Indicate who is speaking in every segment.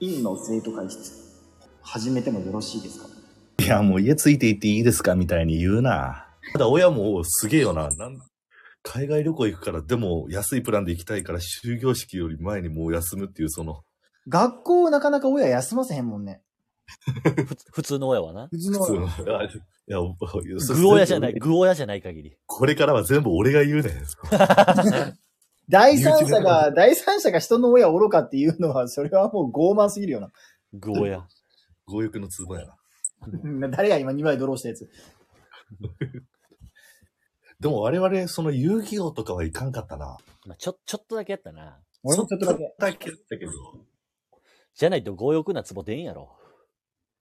Speaker 1: 院の生徒会室、始めてもよろしいですか
Speaker 2: いや、もう家ついて行っていいですかみたいに言うな。ただ親もすげえよな。なん海外旅行行くから、でも安いプランで行きたいから、終業式より前にもう休むっていう、その、
Speaker 1: 学校なかなか親休ませへんもんね。
Speaker 3: ふつ普通の親はな。
Speaker 1: 普通の
Speaker 2: 普通の。あいや、
Speaker 3: 具親じゃない、
Speaker 2: それ
Speaker 3: 具親じゃない限り。
Speaker 2: これからは全部俺が言うねん。
Speaker 1: 第三者が、第三者が人の親愚かっていうのは、それはもう傲慢すぎるよな。
Speaker 3: 具親。
Speaker 2: 強欲のツボやな。
Speaker 1: 誰が今2枚ドローしたやつ。
Speaker 2: でも我々、その遊戯王とかはいかんかったな。
Speaker 3: まあ、ちょ、ちょっとだけやったな。
Speaker 1: 俺もちょっとだけ。
Speaker 2: だけだったけど、
Speaker 3: じゃないと強欲なツボ出んやろ。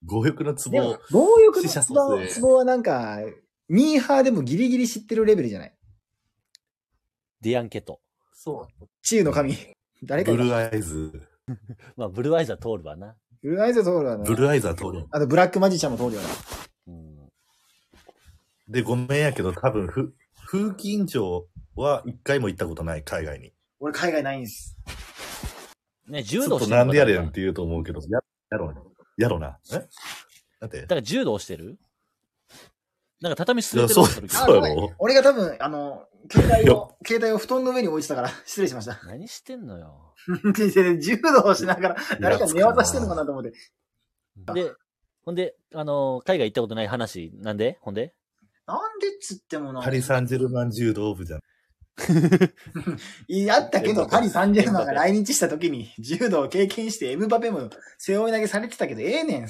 Speaker 2: 強欲のツ
Speaker 1: でも
Speaker 2: ボ、、
Speaker 1: 強欲
Speaker 2: 死者蘇
Speaker 1: の
Speaker 2: 生
Speaker 1: ツボはなんか、ミーハーでもギリギリ知ってるレベルじゃない
Speaker 3: ディアンケト。
Speaker 2: そう。
Speaker 1: 地位の神。誰か
Speaker 2: ブ
Speaker 1: が
Speaker 2: ルーアイズ、
Speaker 3: まあ、ブルーアイズは通るわな。
Speaker 1: ブルーアイズは通るわな
Speaker 2: ブ。ルーアイズは通る。
Speaker 1: あと、ブラックマジシャンも通るよな。
Speaker 3: うん。
Speaker 2: で、ごめんやけど、多分、ふ、風紀委員長は一回も行ったことない、海外に。
Speaker 1: 俺、海外ないんです。
Speaker 3: ね、
Speaker 2: ち
Speaker 3: 柔
Speaker 2: ょ
Speaker 3: 道
Speaker 2: っと
Speaker 3: してる
Speaker 2: なんでやれ
Speaker 3: だ
Speaker 2: んって言うと思うけど、ややろうな。やろうな。えだって、
Speaker 3: から柔道してるなんか畳す
Speaker 2: い
Speaker 3: れ
Speaker 2: や
Speaker 3: て
Speaker 2: そう、
Speaker 3: るするけど
Speaker 2: そうや
Speaker 1: あご
Speaker 2: ろ
Speaker 1: 俺が多分、あの、携帯
Speaker 2: よ
Speaker 1: を、携帯を布団の上に置いてたから、失礼しました。
Speaker 3: 何してんのよ。
Speaker 1: 柔道をしながら、誰か寝技してんのかなと思って。
Speaker 3: で、ほんで、あのー海外行ったことない話、なんでほんで
Speaker 1: なんでっつってもな
Speaker 2: パ。リ・サンジェルマン柔道部じゃん。
Speaker 1: いやあったけ
Speaker 2: エムバ
Speaker 1: ど、
Speaker 2: ペ
Speaker 1: パリ・サンジェルマンが来日した時に、柔道を経験して、エムバペも背負い投げされてたけど、ええねん。